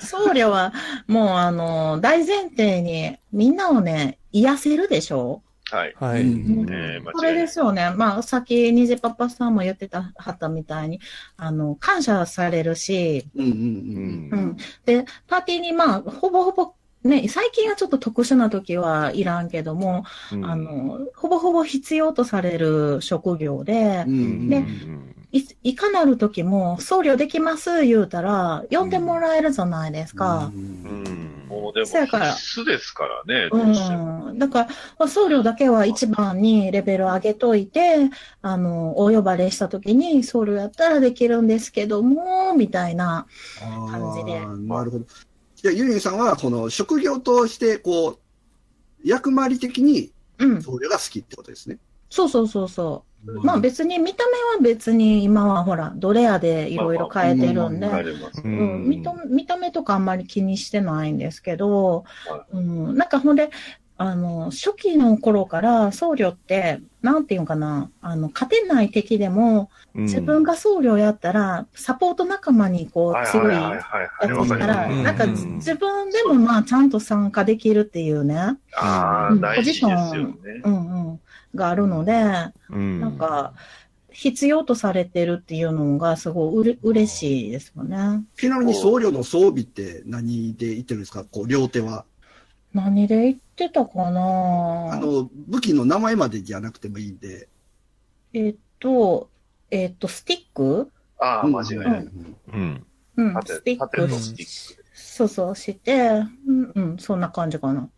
僧侶は、もう、あの、大前提に、みんなをね、癒せるでしょい。はい。はうい。んねえ、間これ違いなでい。すよね。まあ、さっき、にじパパさんも言ってた、はったみたいに、あの、感謝されるし、うんうんううん。んう。ん。で、パーティーに、まあ、ほぼほぼ、ね、最近はちょっと特殊な時はいらんけども、うんあ、の、ほぼほぼ必要とされる職業でう、うんんねうんいいかなる時も、僧侶できます言うたら、呼んでもらえるじゃないですか。うんうんもうでもそや必から須ですからね、どうしても。うん、だから、まあ送料だけは一番にレベル上げといて、あの、お呼ばれした時に、送料やったらできるんですけども、みたいな。あ感じでーなるほど。じゃあ、ユーユンさんは、この職業として、こう、役回り的に、うん。僧侶が好きってことですね。そうそうそうそう。まあ別に、見た目は別に、今はほら、ドレアでいろいろ変えてるんで、帰れます。ううん、見た見た目とかあんまり気にしてないんですけど、うん、なんかほんで、あの、初期の頃から僧侶って、なんていうのかな、あの、勝てない敵でも、自分が、が僧侶やったら、サポート仲間にこ、はいうはい強いはいやはいはい。わつかかりら、ます。うんなんかうん自分でもまあ、ちゃんと参加できるっていうね、ああ、大事ですよね。うんうん、があるので、うんなん、か、必要とされてるっていうのが、すごいうれ嬉しいですよね。ちなみに僧侶の装備って何で言ってるんですかこう、両手は。何で言ってたかあなの、武器の名前までじゃなくてもいいんで。えっと、えっと、スティックああ、間違いうんない。うん。うん、縦スティッ縦クのしスティック。そうそう、して、うん、うん、そんな感じかな。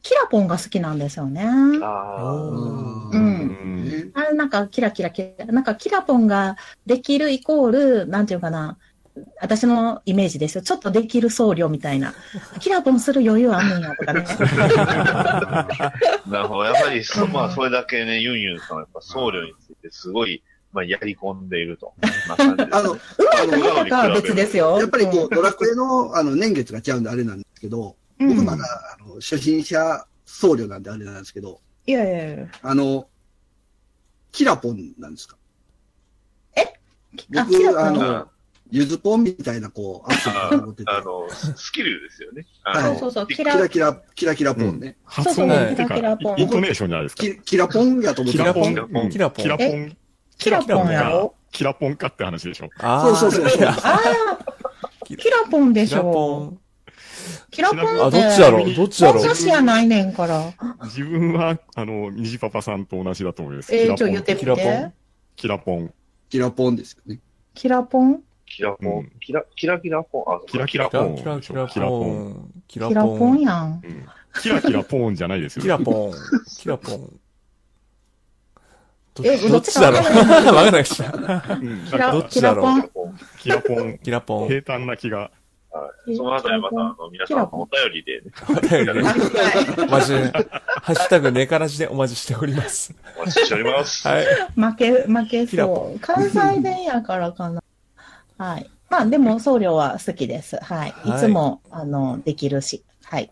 キラポンが好きなんですよね。あううんん。うんあれ、なんか、キラキラキラ、なんか、キラポンができるイコール、なんていうかな、私のイメージですよ。ちょっとできる僧侶みたい な。キラポンする余裕あんねんや、とかね。あ、なるほど。やっぱり、そまあ、それだけね、ユンユンさんはやっぱ僧侶についてすごい、まあ、やり込んでいると。まあ、あの、うまく下手かは別ですよ。やっぱりこう、ドラクエの、あの、年月が違うんであれなんですけど、うん、僕まうんだ、あの、初心者僧侶なんであれなんですけど、いやいやいや。あの、キラポンなんですかあ、キラ僕、あポン。の、ゆずポンみたいな、こ う、アップだと思っててあ、の、スキルですよね。そはういそうそう、キキララキラ、キラキラポンね。発音っていうキラかポン、イントネーションじゃないですか。キキラポンやと思ってキラたポンキラポンキラポンキラポン、キラポンやろキラポンかって話でしょ。あそーうそうそうそう。ああ、キラポンでしキラポょ。ン。キラポンあ、どっ、ってちやろうどっちやろう本社やないねんから。自分は、あの、虹パパさんと同じだと思います。えー、ちキょ、ラポン言ってみキラポてン。キラポン、キラポンですよね。キラポンキラポン、キラ、キラキラポン、あ、キラキラキポンラキラキラキラポポンン。キラキラポポンン。やん。うんキラキラポーンじゃないですキよラ。ポン。キラポン。どえどっちだろう どっわちだかんないした。うんキなんラか、キラポン。キラポン。キラポン、キラポン。平坦な気が。そのあたりまた、あの、皆さんのお便りで、ね、お便りね。はいお待ち、ハッシュタグネからじでお待ちしております。お待ちしております。はい。負け、負けキラポそう。関西弁やからかな。はい。まあ、でも、僧侶は好きです。はい。いはいつも、あの、できるし。はい。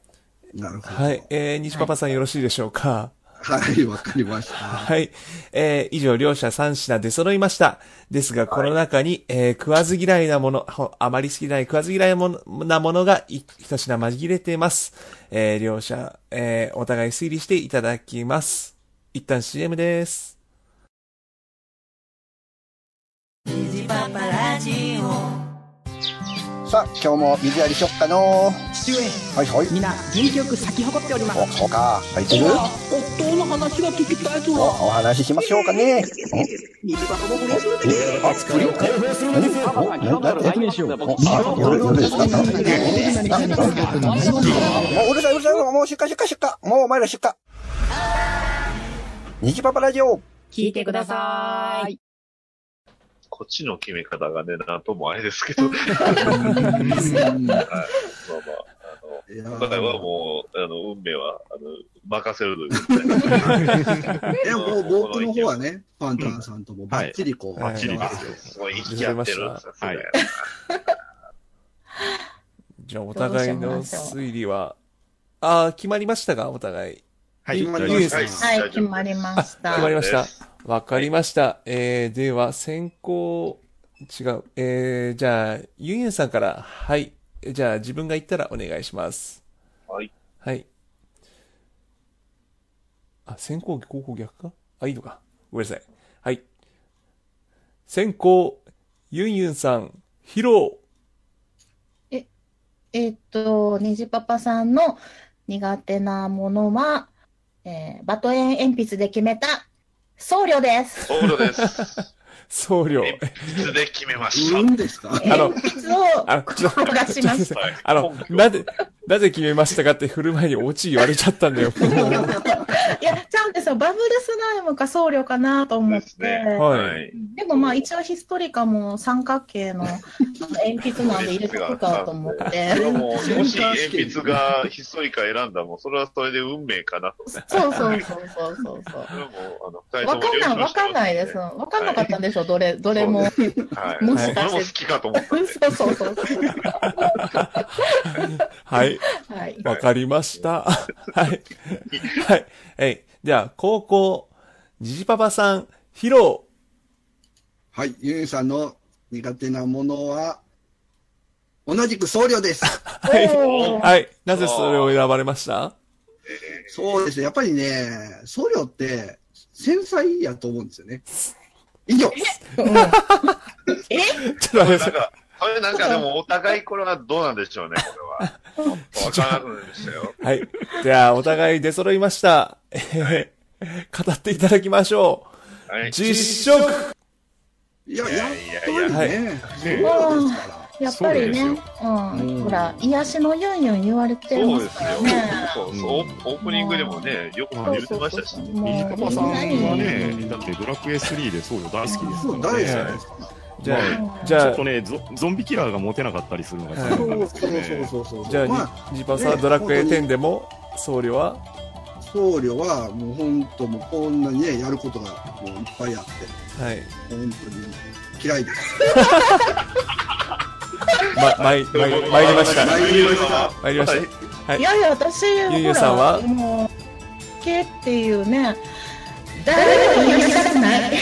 なるほど。ははいい。。えー、西パパさんよろしいでしょうかはい、わかりました。はい。えー、以上両者3品出揃いました。ですが、この中に、えー、食わず嫌いなもの、ほあまり好きでない食わず嫌いものなものがい一品紛れています。えー、両者、えー、お互い推理していただきます。一旦 CM です。 さあ、今日も水やりしよっかの父上はいはい。皆元気よく咲き誇っておりますお、そうか。咲いてる夫の話が聞きたいぞお、お話ししましょうかね。水箱も不良するであ、不良解放するんですよ。お、何だってしようあ、夜、夜ですか何だもううるさいうるさい。もう出荷出荷出荷。もうお前ら出荷。虹パパラジオ。聞いてくださいこっちの決め方がね、なんともあれですけど。はい。うんまあまあ、あの、いや今回はーもう、あの、運命は、あの、任せるということで。いや、もう僕の方はね、ファンターさんともバッチリこう、はいバッチリですよ。すごい、生き合ってるんですよ。はいじゃあ、お互いの推理は、あー、決まりましたかお互い。はい、決まりまし大丈夫ですは大丈夫い、です決まりまし決また。りました。わかりました。えー、では、先行、違う。えー、じゃあ、ゆんゆんさんから、はい。じゃあ、自分が言ったらお願いします。はい。はい。あ、先行、後攻逆かあ、いいのか。ごめんなさい。はい。先行、ゆんゆんさん、披露。えっと、にじパパさんの苦手なものは、えーバトエン鉛筆で決めた僧侶です。そうです。僧侶。鉛筆で決めましうた。んですかあの、鉛筆をあの、ちょっと、転がしましちょた。っとあの、なぜ、なぜ決めましたかって振る前にオチ言われちゃったんだ よ。いや、ちゃんとさ、バブルスライムか僧侶かなと思っですて。ねはい。でもまあ一応ヒストリカも三角形のあの鉛筆なんで入れとくかと思ってそ。れはもう、もし鉛筆がヒストリカ選んだらもう、それはそれで運命かなと。そうそうそうそうそうそう。それはもう、あの、二人わかんない、わ了承してますかんないです。わかんなかったんでしょ、どれ、どれも。そはい。ももしかして俺も好きかと思ったんうで。 そうそうそう。はい。はい。わかりました。はい。はい。えい。じゃあ、高校、ジジパパさん、披露。はい、ユンさんの苦手なものは、同じく僧侶です。おーはい。なぜそれを選ばれましたそうですね。やっぱりね、僧侶って繊細やと思うんですよね。以上。ちょっと待ってくだなさんか、それなんかでも、お互いこれはどうなんでしょうね、こ れは。わからなくなりましたよ。い。はい。じゃあ、お互い出揃いました。 えへへ語っていただきましょはう。い。実食いや、いややっいやいやぱりね、僧侶ですから。やっぱりね、。そううんほら、癒しのユンユン言われてそうまですすからよね。。そうそう。オーオープニングでもね、よくそ言うっそてうましそうたしそう。ね。もうニジパパさんはみんなね、にだってドラクエ3でそうよ大好きですそう、から誰ねじゃないですか。じゃうあ、んじちゃょあっと、ねゾ、ゾンビキラーが持てなかったりするのがはい残念なんそうですけそどね。うそうそうそう。じゃまあ、あ、ジジパさん、ねドラクエ10でも、僧侶は僧侶はもう本当もうこんなにね、やることがもういっぱいあって、はい。本当に嫌いです。ま、まい、まい、参りました。参りました参りましいやいや、私、ゆうゆうさんはほらもう、けっていう ね、誰も許さない。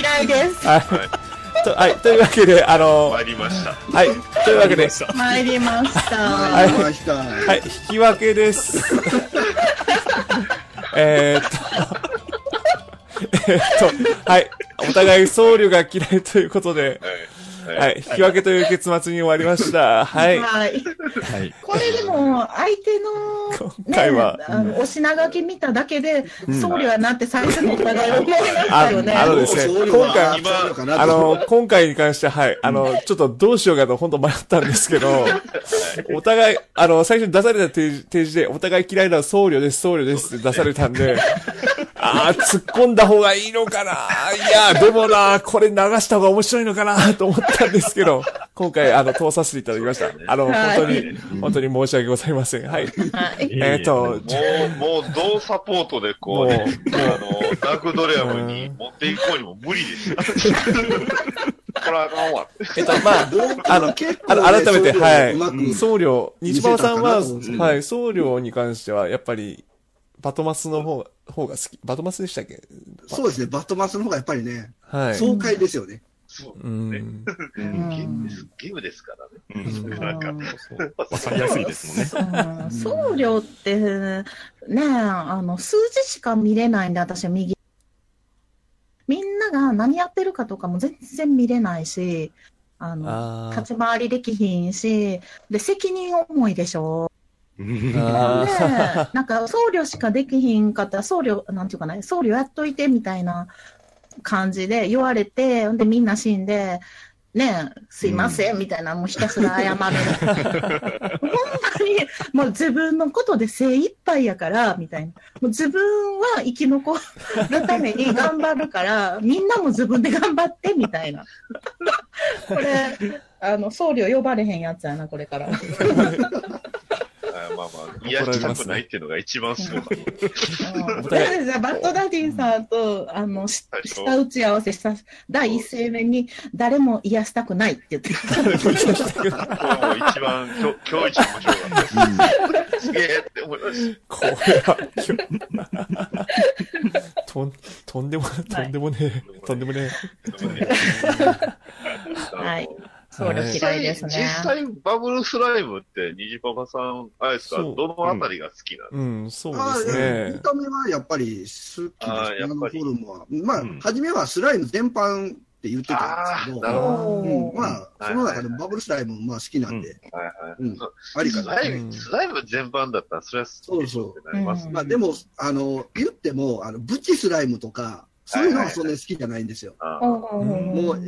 嫌いです。た。はい。と、はい。というわけで、あの、参りました。はい。というわけで、参りました。参りました。はい、引き分けです。 えーっ と、えーっと、はい、お互い僧侶が嫌いということで、はい。はい、引き分けという結末に終わりました。はい。はい。はい。これでも、相手の、今回はあのお品書き見ただけで、僧侶はなって最初のお互い思いましたよね。ああのですねもう僧侶今回はあそうかなとあ の、今回に関しては、はい、あの、ちょっとどうしようかと本当迷ったんです けど、お互い、あの、最初に出された提示提示で、お互い嫌いな僧侶です、僧侶ですって出されたんで、 ああ、突っ込んだ方がいいのかな。いや、でもな、これ流した方が面白いのかなと思ったんですけ ど、今回、あの、通させていただきました。あの、はい本当に、本当に申し訳ございません。はい。はい。えっと、もう、もう、同サポートでこもう、うね、あの、ダークドレアムに持っていく方にも無理でした。これはあかんわ。えっと、まあ、あの、結構あねの改めて、僧侶はうまい。く僧侶、西馬さん見せたかなと思は、うんですけどはい、僧侶に関しては、やっぱり、バトマスの方が、方が好き。バトマスでしたっけそうですね、バットマスの方がやっぱりね、はい。爽快ですよね。そうねん。うんゲームですゲームですからね。うんなんか、わかりやすいですもんね。うん僧侶って、ね、あの、数字しか見れないんで、私、右。みんなが何やってるかとかも全然見れないし、あの、あー立ち回りできひんし、で、責任重いでしょ。あねえ、なんか僧侶しかできひんかったら僧侶、なんていうかね、僧侶やっといてみたいな感じで言われて、ほんでみんな死んで、ねえ、すいませんみたいな、もうひたすら 謝る。本当に、もう自分のことで精一杯やから、みたいな。もう自分は生き残るために頑張るから、みんなも自分で頑張って、みたいな。これ、あの、僧侶呼ばれへんやつやな、これから。あまあまあ、癒やしたくないっていうのが一番すごかった。うんだからさバッドダディさんと、あの、しはい下打ち合わせした、第一声目に、誰も癒やしたくないって言 って、今日も一番、今日今日一番面白かったです。すげえって思いましこれは、今日とん、とんでも、とんでもねえ、とんでもねた。はいあの僧侶嫌いですね。実際、実際バブルスライムって、ニジパパさん、あれですか、そうどのあたりが好きなのえ。うん、そうああ、でですもね見。た目はやっぱり好きですね、あああやっのフぱりォルムは。まあ、うん初めはスライム全般って言ってたんですけあーなるど、うんまあ、うんその中でもバブルスライムもまあ好きなんで、はいはいうんそうありかな。スライうんム、スライム全般だったら、それは好きでしょってなりますそうそねうまあでも、あの、言っても、あの、ブチスライムとか、そういうのはそんなに好きじゃないんですよ。あーももう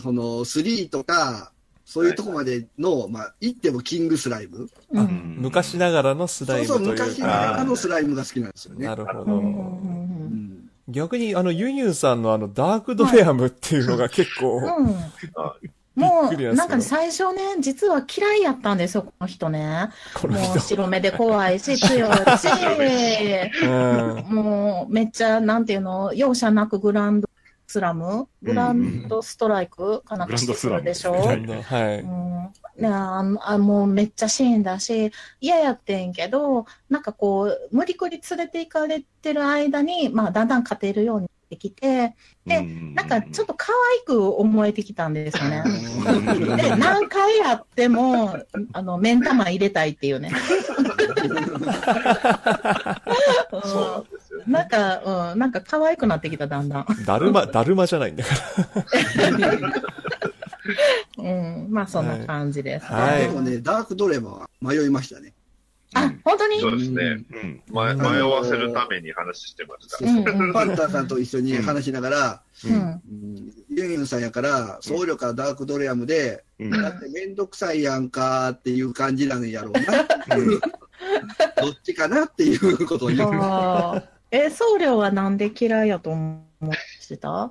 その、3とか、そういうとこまでの、まあ、言ってもキングスライム。うあん昔ながらのスラそうそイムとう、い昔うながらか。のスライムが好きなんですよねな。るほうど。うんん逆に、あの、ユニューさんのあの、ダークドレアムっていうのが結構、うんあもびっくりなんですけどう、なんかね最初ね、実は嫌いやったんですよ、この人ね。このもう人。白目で怖いし、強いし、うん。もうめっちゃ、なんていうの、容赦なくグランドスラムグランドストライクかなんグラかンしドてスくラるムでしょ、なんだはい。うん、なああもうめっちゃシーンだし嫌やってんけどなんかこう無理くり連れて行かれてる間に、まあ、だんだん勝てるようになってきてでなんかちょっと可愛く思えてきたんですよね。うんで何回やってもあの目ん玉入れたいっていうね。そうなんですよう。ん、なんか、うん、なんか可愛くなってきた、だんだん。だるま、だるまじゃないんだから。うん、まあそんな感じです。はいでもね、ダークドレマは迷いましたね。あ、本当にそうですね。うんま迷わせるために話してました。うんうんファンタさんと一緒に話しながら、うん。うんユンユンさんやから、僧侶かダークドレアムで、うんだってめんどくさいやんかーっていう感じなんやろうなっていう、どっちかなっていうことを言う。あーえ、僧侶はなんで嫌いやと思ってた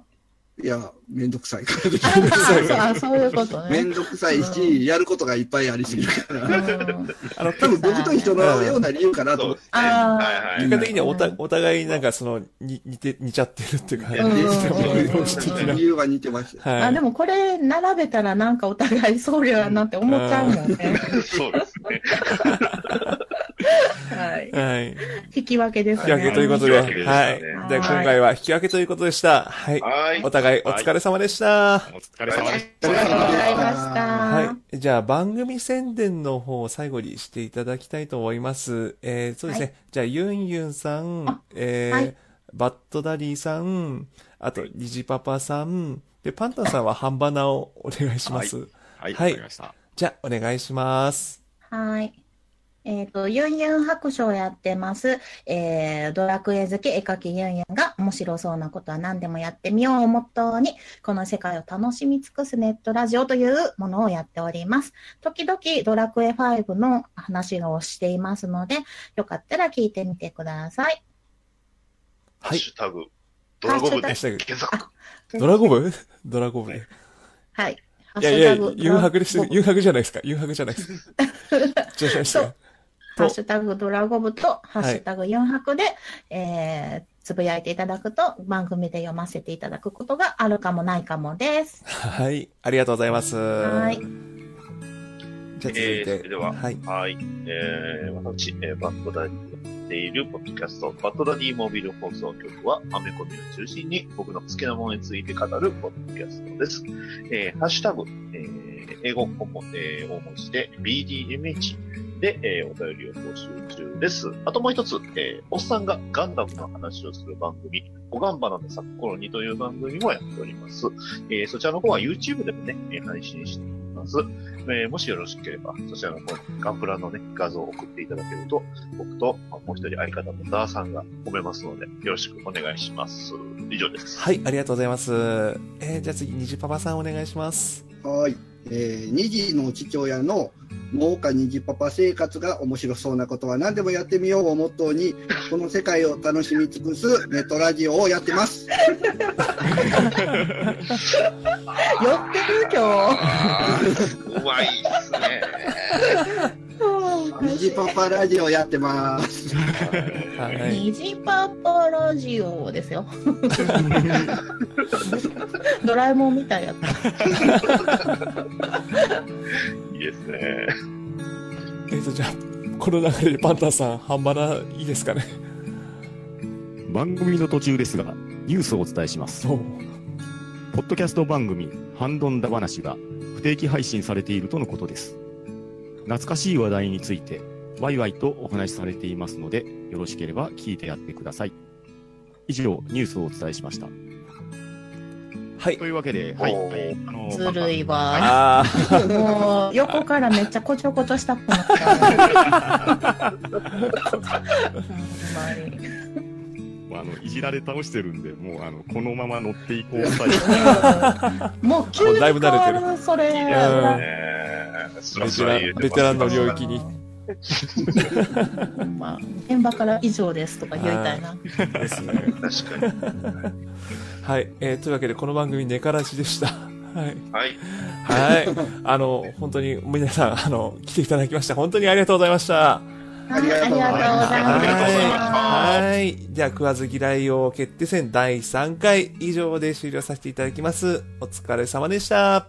いや、めんどくさいからできある。そうあそういうことめね。んどくさいし、やることがいっぱいありすぎるうから。んあの、多分僕と一緒のような理由かなとそ思っうでてすね。あーはい結果はい。的にはおた、お互いなんかその、に、似て、似ちゃってるっていうか、似いやて似るてものる同士的な理。由は似てました。はい。あでもこれ並べたらなんかお互い僧侶やなって思っちゃうもんね。そうですね。はい。はい。引き分けです引ね。き分けということで、引き分けでしたねはい。はいで、今回は引き分けということでした。はい。はいお。互いお疲れ様でした。お疲れ様でしありがとうございましはた。い。じゃあ、番組宣伝の方を最後にしていただきたいと思います。えー、そうですね。じゃあ、ユンユンさん、えーはいバッドダディさん、あと、ニジパパさん、で、パンタさんは半バナをお願いします。た。はい、わはかいりました。じゃあ、お願いします。はい。えっ、と、ユンユン白書をやってます。えー、ドラクエ好き絵描きユンユンが面白そうなことは何でもやってみようをモットーに、この世界を楽しみ尽くすネットラジオというものをやっております。時々ドラクエ5の話をしていますので、よかったら聞いてみてください。ハッシュタグ、ドラゴブで検索。ドラゴブ ドラゴブ。いはい。ハッやシいュやタグ、誘白ですドラ。ゴブ誘白じゃないですか。誘白じゃないですか。失礼しましそたう。ハッシュタグドラゴブと、ハッシュタグ4白で、えー、つぶやいていただくと、番組で読ませていただくことがあるかもないかもです。はい。ありがとうございます。はい。じゃあ続いえー、そて。れでは、はい。はい。えー、私、えー、バッドダディがやっているポッドキャスト、バッドダディモービル放送局は、アメコミを中心に僕の好きなものについて語るポッドキャストです。えー、ハッシュタグ、えー、英語コモ、えー、大文字で BDMH で、えー、お便りを募集中です。あともう一つ、えー、おっさんがガンダムの話をする番組、おがんばなの咲く頃にという番組もやっております。えー、そちらの方は YouTube でもね、えー配信しています。えーもしよろしければ、そちらの方にガンプラのね、画像を送っていただけると、僕と、まあもう一人相方のダーさんが褒めますので、よろしくお願いします。以上です。はい、ありがとうございます。えー、じゃあ次、にじパパさんお願いします。はい。えー、二児の父親の農家二児パパ生活が面白そうなことは何でもやってみようをモットーに、この世界を楽しみ尽くすネットラジオをやってます。寄ってる今あ ーうまいですね。二児パパラジオやってます。は日。い。ニジパパラジオですよ。ドラえもんみたいやった。いいですね。えっと、じゃあ、この流れでパンタさん、半ばないいです かね。番組の途中ですが、ニュースをお伝えします。どうも。ポッドキャスト番組、ハンドンダ話が不定期配信されているとのことです。懐かしい話題について、ワイワイとお話しされていますので、よろしければ聞いてやってください。以上、ニュースをお伝えしました。はいと。いうわけで、はい。おーはいあのずるいパンパンわ。あもう、横からめっちゃこちょこちょしたっぽかった。ほんまにもうあの、いじられ倒してるんで、もうあの、このまま乗っていこうスタイル。もう急に変わる、それ。いいですね。スラベステララ言うンベテランの領てます域に。 まあ、現場から以上ですとか言いたいな。ですね。確かに。はい。えーというわけで、この番組、ネからしでした。はい。はい。はい。あの、本当に、皆さん、あの、来ていただきました。本当にありがとうございました。ありがとうごありざいますがとうございます。はい。じゃあ、食わず嫌い王決定戦第3回以上で終了させていただきます。お疲れ様でした。